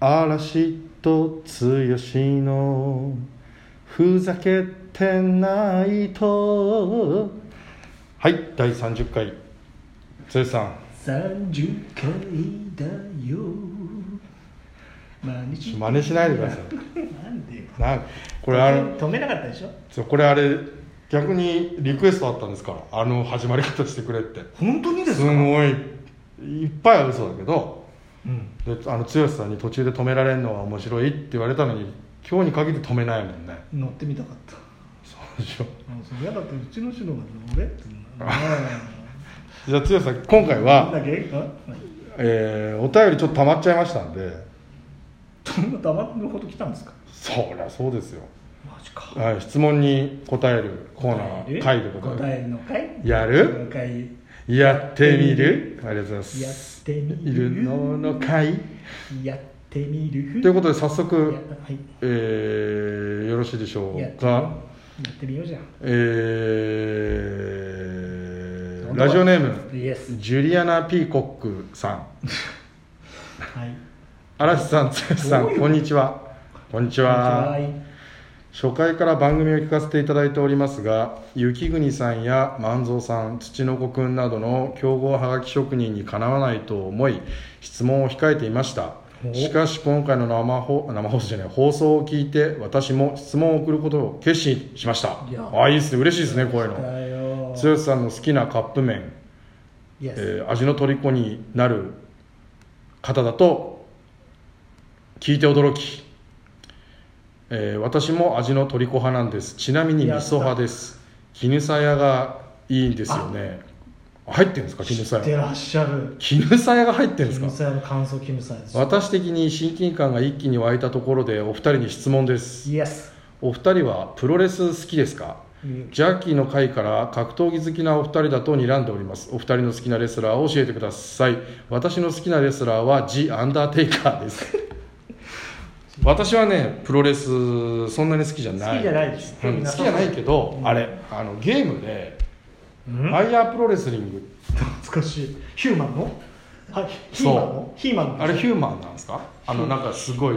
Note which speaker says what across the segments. Speaker 1: 嵐と剛のふざけてないとはい第30回剛さん
Speaker 2: 30回だよ真似
Speaker 1: ちょ
Speaker 2: し
Speaker 1: 真似しないでくださ
Speaker 2: なんで
Speaker 1: いなこれあの
Speaker 2: 止めなかったでしょ
Speaker 1: そうこれあれ逆にリクエストあったんですからあの始まり方してくれって
Speaker 2: 本当にですすか
Speaker 1: ごいいっぱいあるそうだけど
Speaker 2: うん
Speaker 1: であの剛さんに途中で止められるのは面白いって言われたのに今日に限って止めないもんね
Speaker 2: 乗ってみたかった
Speaker 1: そうでしょ
Speaker 2: あそれだったらうちの人の方が俺ってな
Speaker 1: じゃあ剛さん今回
Speaker 2: なんだ
Speaker 1: は、
Speaker 2: っけあはい
Speaker 1: えーお便りちょっと溜まっちゃいましたんで
Speaker 2: そんな黙ってるほど来たんですか
Speaker 1: そりゃそうですよ、
Speaker 2: マジか
Speaker 1: はい、質問に答えるコーナー回でございま
Speaker 2: 答えの回
Speaker 1: やる
Speaker 2: の回
Speaker 1: すやってみるありがとうございま
Speaker 2: やっ
Speaker 1: す
Speaker 2: て
Speaker 1: い
Speaker 2: み
Speaker 1: るのの会
Speaker 2: やってみる
Speaker 1: ということで早
Speaker 2: や
Speaker 1: 速、
Speaker 2: はい
Speaker 1: えーよろしいでしょ
Speaker 2: やっ
Speaker 1: う
Speaker 2: てみよう
Speaker 1: か
Speaker 2: やってみようじゃん
Speaker 1: え
Speaker 2: なん
Speaker 1: ー
Speaker 2: だ
Speaker 1: ラジオネーム
Speaker 2: イエス
Speaker 1: ジュリアナ・ピーコックさん
Speaker 2: はい
Speaker 1: 嵐さん剛さ
Speaker 2: どうい
Speaker 1: ん
Speaker 2: う
Speaker 1: こんにちはこんにちは初回から番組を聞かせていただいておりますが雪国さんや万蔵さん土の子くんなどの競合はがき職人にかなわないと思い質問を控えていました
Speaker 2: お
Speaker 1: しかし今回の生放生放送じゃない放送を聞いて私も質問を送ることを決心しました
Speaker 2: いや
Speaker 1: あいいですね嬉しいですねこういうの
Speaker 2: だよ
Speaker 1: 剛さんの好きなカップ麺、
Speaker 2: イエス
Speaker 1: えー味の虜になる方だと聞いて驚き、えー私も味の虜派なんですちなみに味噌派です絹さやがいいんですよね入ってるんですか絹さ
Speaker 2: 知って
Speaker 1: や
Speaker 2: らっしゃる
Speaker 1: 絹さやが入ってるんです
Speaker 2: キム
Speaker 1: か
Speaker 2: サヤの感想キムサヤです
Speaker 1: 私的に親近感が一気に湧いたところでお二人に質問です
Speaker 2: イエス
Speaker 1: お二人はプロレス好きですか
Speaker 2: うん
Speaker 1: ジャッキーの回から格闘技好きなお二人だと睨んでおりますお二人の好きなレスラーを教えてください私の好きなレスラーはジ・アンダーテイカーです 私はねプロレスそんなに好きじゃない
Speaker 2: 好きじゃないです
Speaker 1: うん好きじゃないけど、
Speaker 2: うん
Speaker 1: あれあのゲームでフ
Speaker 2: 懐
Speaker 1: ァイヤープロレスリング
Speaker 2: かしいヒューマンのはいヒ
Speaker 1: そう
Speaker 2: ーマンのヒーマンの
Speaker 1: あれヒューマンなんですかあのなんかすごい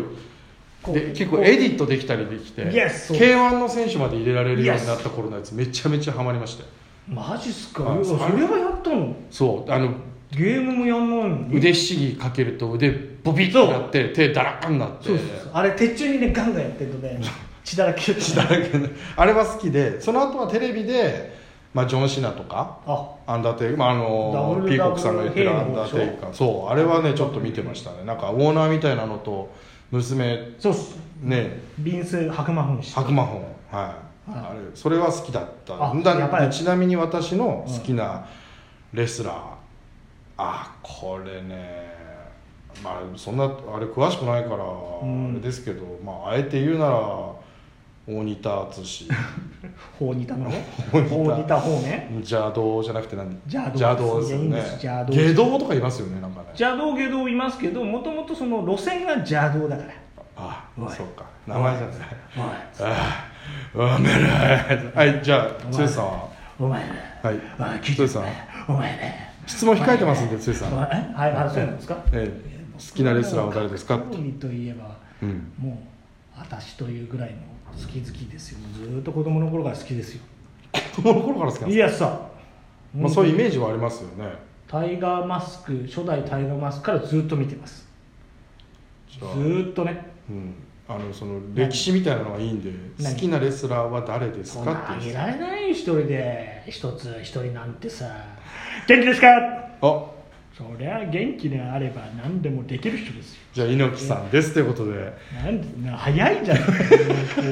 Speaker 2: こう
Speaker 1: で結構エディットできたりできて
Speaker 2: Yes そう
Speaker 1: k 1の選手まで入れられるようになった頃のやつめちゃめちゃハマりましたよ
Speaker 2: マジっすか
Speaker 1: あ
Speaker 2: うわ
Speaker 1: そ
Speaker 2: そうれはやったの
Speaker 1: そうあの
Speaker 2: ゲームもやんないのに
Speaker 1: 腕ひしぎかけると腕ボビッとなって手だらかになって
Speaker 2: そうそうそうあれ鉄柱にねガンガンやってると ね血だらけ
Speaker 1: 血だらけになるあれは好きでその後はテレビで、まあ、ジョン・シナとか
Speaker 2: あ
Speaker 1: アンダーテイク、まあ、あの
Speaker 2: WWE
Speaker 1: ピーコックさんが言ってるアンダーテイ
Speaker 2: で
Speaker 1: カーそうあれはねちょっと見てましたねなんかオーナーみたいなのと娘
Speaker 2: そうっす
Speaker 1: ね
Speaker 2: ビンス白魔法にして
Speaker 1: 白魔法はい、
Speaker 2: はい
Speaker 1: あれそれは好きだった
Speaker 2: あ
Speaker 1: だ
Speaker 2: やっぱり
Speaker 1: でちなみに私の好きなレスラー、あこれねまあそんなあれ詳しくないから
Speaker 2: ん
Speaker 1: あれですけど、まああえて言うなら大仁田敦 志
Speaker 2: 法にいたの
Speaker 1: 法
Speaker 2: 法
Speaker 1: にいた
Speaker 2: にいた方ね
Speaker 1: 邪道じゃなくて何
Speaker 2: 邪道
Speaker 1: 邪道ですよ
Speaker 2: いやい
Speaker 1: ね
Speaker 2: いんです邪道
Speaker 1: 下道とかいますよねなんかね
Speaker 2: 邪道下道いますけどもともとその路線が邪道だから
Speaker 1: あ
Speaker 2: おい
Speaker 1: そうか名前じゃない
Speaker 2: はい
Speaker 1: ああおめえらはいじゃあ剛さんは
Speaker 2: お前ね
Speaker 1: はい
Speaker 2: お前聞い
Speaker 1: 剛
Speaker 2: て
Speaker 1: さん
Speaker 2: お前ね
Speaker 1: 質問控えてますんで剛さん
Speaker 2: お前えはいあそうなんですか
Speaker 1: ええ、好きなレスラーは誰ですかって
Speaker 2: 僕、はもう格闘技といえば
Speaker 1: うん、
Speaker 2: もう私というぐらいの好き好きですよもうずーっと子供の頃から好きですよ
Speaker 1: 子供の頃から好きなん
Speaker 2: い
Speaker 1: です
Speaker 2: やさ
Speaker 1: か、まあ、そういうイメージはありますよね
Speaker 2: タイガーマスク初代タイガーマスクからずっと見てます
Speaker 1: じ
Speaker 2: ず
Speaker 1: ゃあ、
Speaker 2: ーっとね
Speaker 1: うん、あのその歴史みたいなのはいいんで
Speaker 2: 何
Speaker 1: 好きなレスラーは誰です
Speaker 2: そんな
Speaker 1: か
Speaker 2: あ
Speaker 1: ってい
Speaker 2: げ
Speaker 1: う
Speaker 2: られないよ一人で一つ一人なんてさ元気ですか
Speaker 1: あ
Speaker 2: そりゃ元気であれば何でもできる人ですよ
Speaker 1: じゃあ猪木さんですということで
Speaker 2: なんでな早いじゃんもう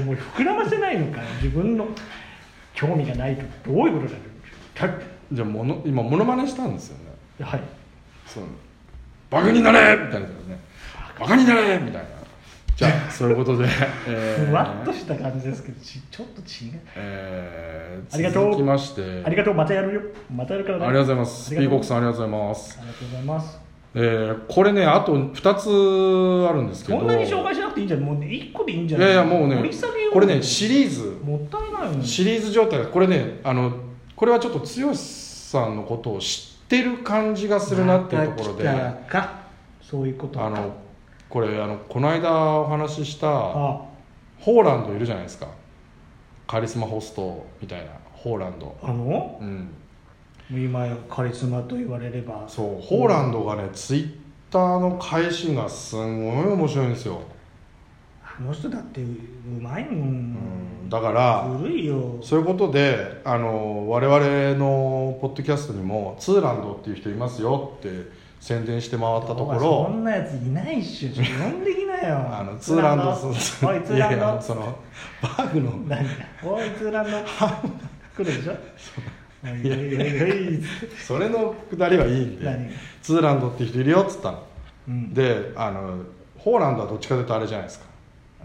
Speaker 2: もう膨らませないのか自分の興味がないとどういうことだろ
Speaker 1: じゃあもの今モノマネしたんですよね
Speaker 2: う はい
Speaker 1: そのバカになれみたいなねバカになれみたいなじゃあそういう ことで、えー
Speaker 2: ふわっとした感じですけどちちょっと違う
Speaker 1: えー
Speaker 2: ありがとう
Speaker 1: 続きまして
Speaker 2: ありがとうまたやるよまたやるからね
Speaker 1: ありがとうございます
Speaker 2: あ
Speaker 1: ピ
Speaker 2: り
Speaker 1: ーコッ
Speaker 2: がとう
Speaker 1: クさんありがとうございます
Speaker 2: ありがとうございます
Speaker 1: えーこれねあと2つあるんですけど
Speaker 2: そんなに紹介しなくていいんじゃんもう一個でいいんじゃ
Speaker 1: い
Speaker 2: ない
Speaker 1: やいやもうね
Speaker 2: 掘り下げよう
Speaker 1: これねシリーズ
Speaker 2: もったいないよね
Speaker 1: シリーズ状態がこれねあのこれはちょっと剛さんのことを知ってる感じがするなっていうところで、
Speaker 2: また来たかそういうことか
Speaker 1: あのこれあのこの間お話しした
Speaker 2: あ
Speaker 1: ホーランドいるじゃないですかカリスマホストみたいなホーランド
Speaker 2: あの
Speaker 1: うん
Speaker 2: 今やカリスマと言われれば
Speaker 1: そうホーランドがねツイッターの返しがすごい面白いんですよ、
Speaker 2: あの人だってううまいも
Speaker 1: うん
Speaker 2: ん、
Speaker 1: だから
Speaker 2: ずるいよ
Speaker 1: そういうことであの我々のポッドキャストにもツーランドっていう人いますよって宣伝して回ったとこ
Speaker 2: そ
Speaker 1: ろ
Speaker 2: んなやついないっしょちょっと呼んできなよ
Speaker 1: あのツーランド
Speaker 2: ツ
Speaker 1: そ
Speaker 2: ーランドおいツ
Speaker 1: い
Speaker 2: ー
Speaker 1: やい
Speaker 2: ラン
Speaker 1: や
Speaker 2: ド
Speaker 1: そのバーグの
Speaker 2: 何おいツーランド来るでしょおいおいおいおい
Speaker 1: それのくだりはいいんで
Speaker 2: 何
Speaker 1: ツーランドっていう人いるよっつったの
Speaker 2: うん
Speaker 1: であのホーランドはどっちかというとあれじゃないですか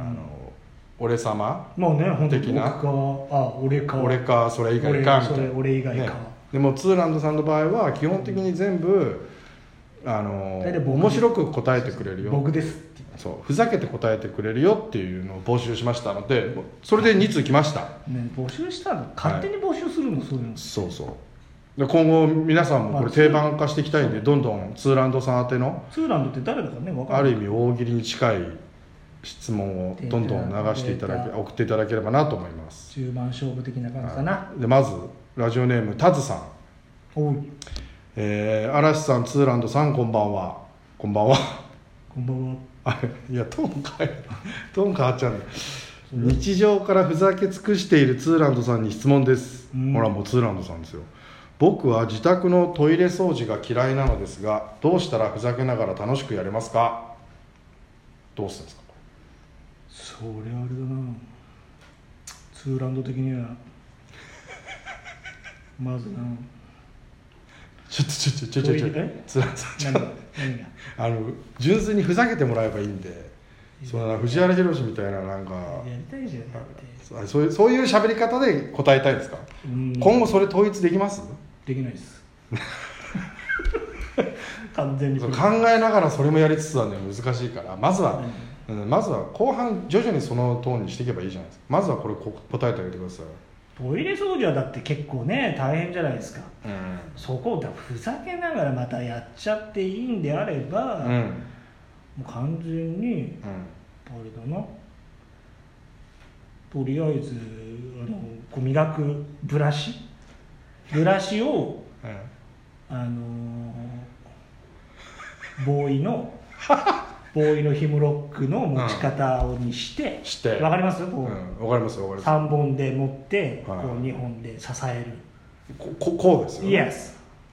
Speaker 1: あの、俺様
Speaker 2: まあね本当に
Speaker 1: 的
Speaker 2: 僕
Speaker 1: な
Speaker 2: かあ俺か
Speaker 1: 俺かそれ以外かみたい
Speaker 2: 俺それ
Speaker 1: な
Speaker 2: 俺以外か
Speaker 1: ねでもツーランドさんの場合は基本的に全部、あの
Speaker 2: 大体僕
Speaker 1: 面白く答えてくれるよ
Speaker 2: 僕ですって
Speaker 1: そうふざけて答えてくれるよっていうのを募集しましたのでそれで2通来ました
Speaker 2: ね募集したの勝手に募集するのそういうの
Speaker 1: そうそうで今後皆さんもこれ定番化していきたいんでどんどんツーランドさん宛ての
Speaker 2: ツーランドって誰だかね分か
Speaker 1: あ
Speaker 2: んな
Speaker 1: る
Speaker 2: い
Speaker 1: 意味大喜利に近い質問をどんどん流していただけ送っていただければなと思います
Speaker 2: 中盤勝負的な感じかな
Speaker 1: でまずラジオネームタズさん、
Speaker 2: おい
Speaker 1: えー嵐さんツーランドさんこんばんはこんばんは
Speaker 2: こんばんは
Speaker 1: あれいやトーン変え トーン変わっちゃうんだ日常からふざけ尽くしているツーランドさんに質問です、
Speaker 2: うん
Speaker 1: ほらもうツーランドさんですよ僕は自宅のトイレ掃除が嫌いなのですがどうしたらふざけながら楽しくやれますかどうするんですか
Speaker 2: それあれだなツーランド的には まずな
Speaker 1: ちょっとちょっとちょっとちょっと
Speaker 2: え
Speaker 1: ツーランドさんちょっ
Speaker 2: 何
Speaker 1: と
Speaker 2: が何が
Speaker 1: あの純粋にふざけてもらえばいいんでそんな藤原宏みたいななんか
Speaker 2: やりたいじゃんだって
Speaker 1: あそういうそういう喋り方で答えたいですか、
Speaker 2: うん
Speaker 1: 今後それ統一できます、
Speaker 2: できないです 完全に
Speaker 1: そう考えながらそれもやりつつはね難しいからまずは、うんまずは後半徐々にそのトーンにしていけばいいじゃないですかまずはこれこ答えてあげてください、
Speaker 2: トイレ掃除はだって結構ね大変じゃないですか
Speaker 1: うん
Speaker 2: そこをだふざけながらまたやっちゃっていいんであれば、
Speaker 1: うん
Speaker 2: もう完全にあれだなとりあえずあのこう磨くブラシブラシをあのーボー イのボーイのヒムロックの持ち方をにして、
Speaker 1: して
Speaker 2: わかります
Speaker 1: う
Speaker 2: こ
Speaker 1: ん
Speaker 2: う、
Speaker 1: わかりますわかりま
Speaker 2: 3本で持って、
Speaker 1: はい
Speaker 2: こう2本で支える
Speaker 1: すこここうですよ、ね、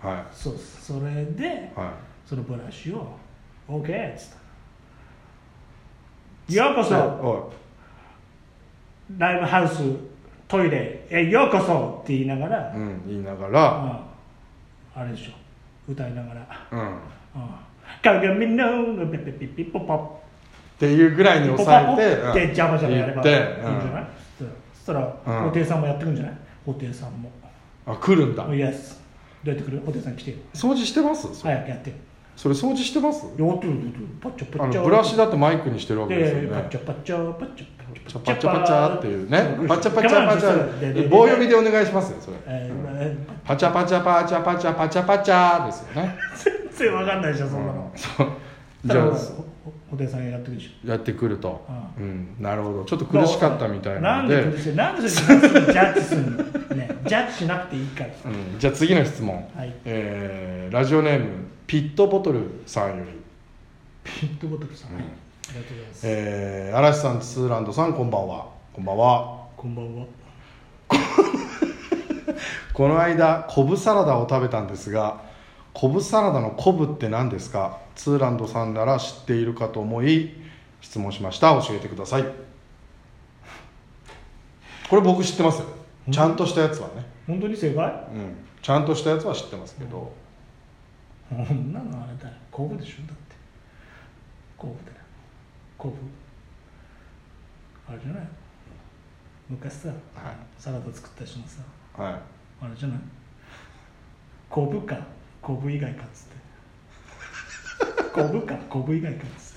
Speaker 2: Yes
Speaker 1: は
Speaker 2: そうですそれで
Speaker 1: い、はい、
Speaker 2: そのブラシを OK っつったようこそ
Speaker 1: おい
Speaker 2: ライブハウストイレへようこそって言いながら、
Speaker 1: うん、言いながら、
Speaker 2: うんあれでしょ歌いながら
Speaker 1: うん、っ
Speaker 2: 「うん、鏡のピピピピポポ
Speaker 1: ていうぐらいに
Speaker 2: ポポ
Speaker 1: 抑
Speaker 2: ポ」
Speaker 1: え、
Speaker 2: っててジャバジャバやればいいん
Speaker 1: 言っ
Speaker 2: じ
Speaker 1: て、うん
Speaker 2: ゃない、そしたら
Speaker 1: うん
Speaker 2: 布袋、さんもやってくんじゃない布袋さんも
Speaker 1: あ来るん
Speaker 2: 「
Speaker 1: だ
Speaker 2: Yes どうやってくる布袋さん来てよ
Speaker 1: 掃除してますそれ,、
Speaker 2: 早くやってよ
Speaker 1: それ掃除してます
Speaker 2: よってるよってるパッチョ
Speaker 1: あ
Speaker 2: パッチ
Speaker 1: の
Speaker 2: ョ
Speaker 1: ブラシだってマイクにしてるわけですよ
Speaker 2: でパッ
Speaker 1: ね
Speaker 2: チョパッチョパッチョパッチ
Speaker 1: パ
Speaker 2: ョ
Speaker 1: ッチャパチャっていうねパチャパチャパチャ棒
Speaker 2: 棒
Speaker 1: 読
Speaker 2: 読
Speaker 1: み
Speaker 2: み
Speaker 1: でお願いしますよそれパチャパチャパチャパチャパチャパチャですよね
Speaker 2: 全然わかんないでしょそんなの
Speaker 1: うんそう
Speaker 2: じ
Speaker 1: じ
Speaker 2: ゃ
Speaker 1: ゃ
Speaker 2: あ
Speaker 1: あ
Speaker 2: 布袋さんがやってくるでしょ
Speaker 1: やってくると
Speaker 2: う
Speaker 1: うんなるほどちょっと苦しかったみたいな
Speaker 2: なん
Speaker 1: の
Speaker 2: で
Speaker 1: で
Speaker 2: 苦しいなんでそれジャッジするのねジャッジしなくていいから
Speaker 1: うんじゃあ次の質問
Speaker 2: はい
Speaker 1: えーラジオネームピットボトルさんより
Speaker 2: ピットボトルさん
Speaker 1: うん
Speaker 2: ありがとうございます
Speaker 1: えー嵐さんツーランドさんこんばんはこんばんは
Speaker 2: こんばんは
Speaker 1: この間昆布サラダを食べたんですが昆布サラダの昆布って何ですかツーランドさんなら知っているかと思い質問しました教えてくださいこれ僕知ってますよちゃんとしたやつはね、
Speaker 2: 本当に正解
Speaker 1: うん、ちゃんとしたやつは知ってますけど、
Speaker 2: そんなのあれだよ昆布でしょだって昆布だよ昆布あれじゃない昔さ
Speaker 1: はい
Speaker 2: サラダ作った人もさ
Speaker 1: はい、
Speaker 2: あれじゃない昆布か昆布以外かっつって昆布か昆布以外かっつ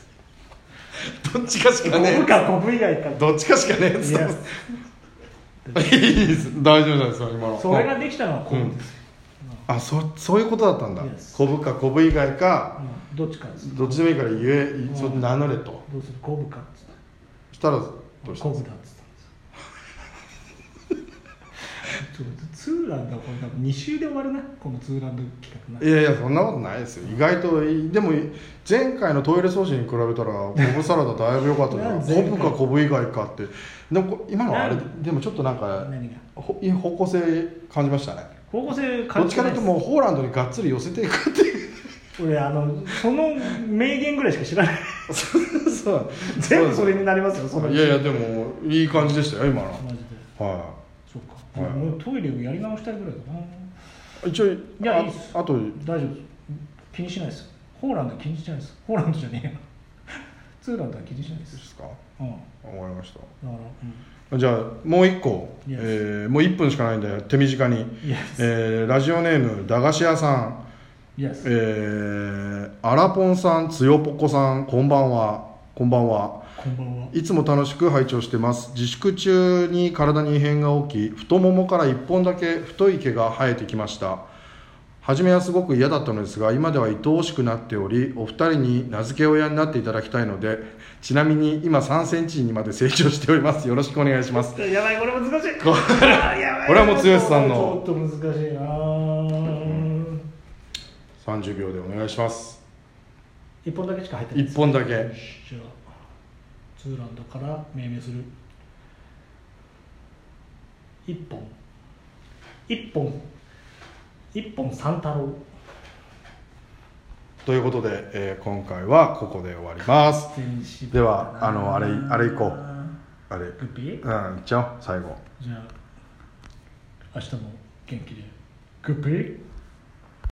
Speaker 2: って
Speaker 1: どっちかしか
Speaker 2: 昆
Speaker 1: ね
Speaker 2: 布か昆布以外かっつっ
Speaker 1: どっちかしかねえ
Speaker 2: て
Speaker 1: っ
Speaker 2: い
Speaker 1: つっ
Speaker 2: や
Speaker 1: ていいです大丈夫ですよ今の
Speaker 2: それができたのは昆布ですよ、うん
Speaker 1: あそそういうことだったんだ
Speaker 2: Yes
Speaker 1: コブかコブ以外か
Speaker 2: うんどっちかっつって
Speaker 1: どっちでもいいから言え、
Speaker 2: ん
Speaker 1: それ名乗れと
Speaker 2: どうするコブかっつって
Speaker 1: したらどうした
Speaker 2: コ
Speaker 1: んです
Speaker 2: ブ
Speaker 1: か
Speaker 2: だっつったんですちょっとツーランだこれ多分2週で終わるなこのツーランド企画ない
Speaker 1: やいやそんなことないですよ意外といいでも前回のトイレ掃除に比べたらコブサラダだいぶ良かったから
Speaker 2: なん
Speaker 1: コ
Speaker 2: で
Speaker 1: ブかコブ以外かってでもこ今のはあれ
Speaker 2: なん
Speaker 1: でもちょっとなんか
Speaker 2: 何が
Speaker 1: ほいい方向性感じましたね
Speaker 2: 方向性
Speaker 1: ど
Speaker 2: 感
Speaker 1: っ
Speaker 2: じ
Speaker 1: ち
Speaker 2: て
Speaker 1: か
Speaker 2: な
Speaker 1: と
Speaker 2: い
Speaker 1: いう
Speaker 2: で
Speaker 1: と
Speaker 2: す
Speaker 1: もうホーランドにがっつり寄せていくっていう
Speaker 2: 俺あのその名言ぐらいしか知らない
Speaker 1: そう
Speaker 2: 全部それになりますよその
Speaker 1: いやいやでもいい感じでしたよ今の
Speaker 2: マジで
Speaker 1: は
Speaker 2: そうか、
Speaker 1: はい
Speaker 2: もうトイレをやり直したいぐらいだない
Speaker 1: 一応
Speaker 2: や
Speaker 1: あ
Speaker 2: いいっす
Speaker 1: あと
Speaker 2: 大丈夫です気にしないですよホーランドは気にしないですホーランドじゃねえよ ツーランドは気にしないで
Speaker 1: ですすか
Speaker 2: うんだか
Speaker 1: わかりまし
Speaker 2: ら、
Speaker 1: たじゃあもう一個、
Speaker 2: Yes
Speaker 1: えーもう1分しかないんで手短に、
Speaker 2: うん、イエス
Speaker 1: えーラジオネーム駄菓子屋さん
Speaker 2: イエス
Speaker 1: えー、アラポンさん、つよぽこさん、こんばんは。こんばんは。
Speaker 2: こんばんはい
Speaker 1: つも楽しく拝聴してます。自粛中に体に異変が起き、太ももから1本だけ太い毛が生えてきました。初めはすごく嫌だったのですが、今では愛おしくなっており、お二人に名付け親になっていただきたいので、ちなみに今3センチにまで成長しております。よろしくお願いします。
Speaker 2: やばいこれ難しい
Speaker 1: こ
Speaker 2: やばい
Speaker 1: これはもう剛さんの
Speaker 2: ちょっと難しいなぁ
Speaker 1: 30秒でお願いします。
Speaker 2: 一本だけしか入ってない
Speaker 1: 1本だけ
Speaker 2: よ。しじゃあツーランドから命名する一本一本一本三太郎
Speaker 1: ということで、えー今回はここで終わります。
Speaker 2: 全身
Speaker 1: ではあのあれあれ行こうあれ、
Speaker 2: グッピー
Speaker 1: うん、行っちゃおう、最後。
Speaker 2: じゃあ明日も元気でグッピー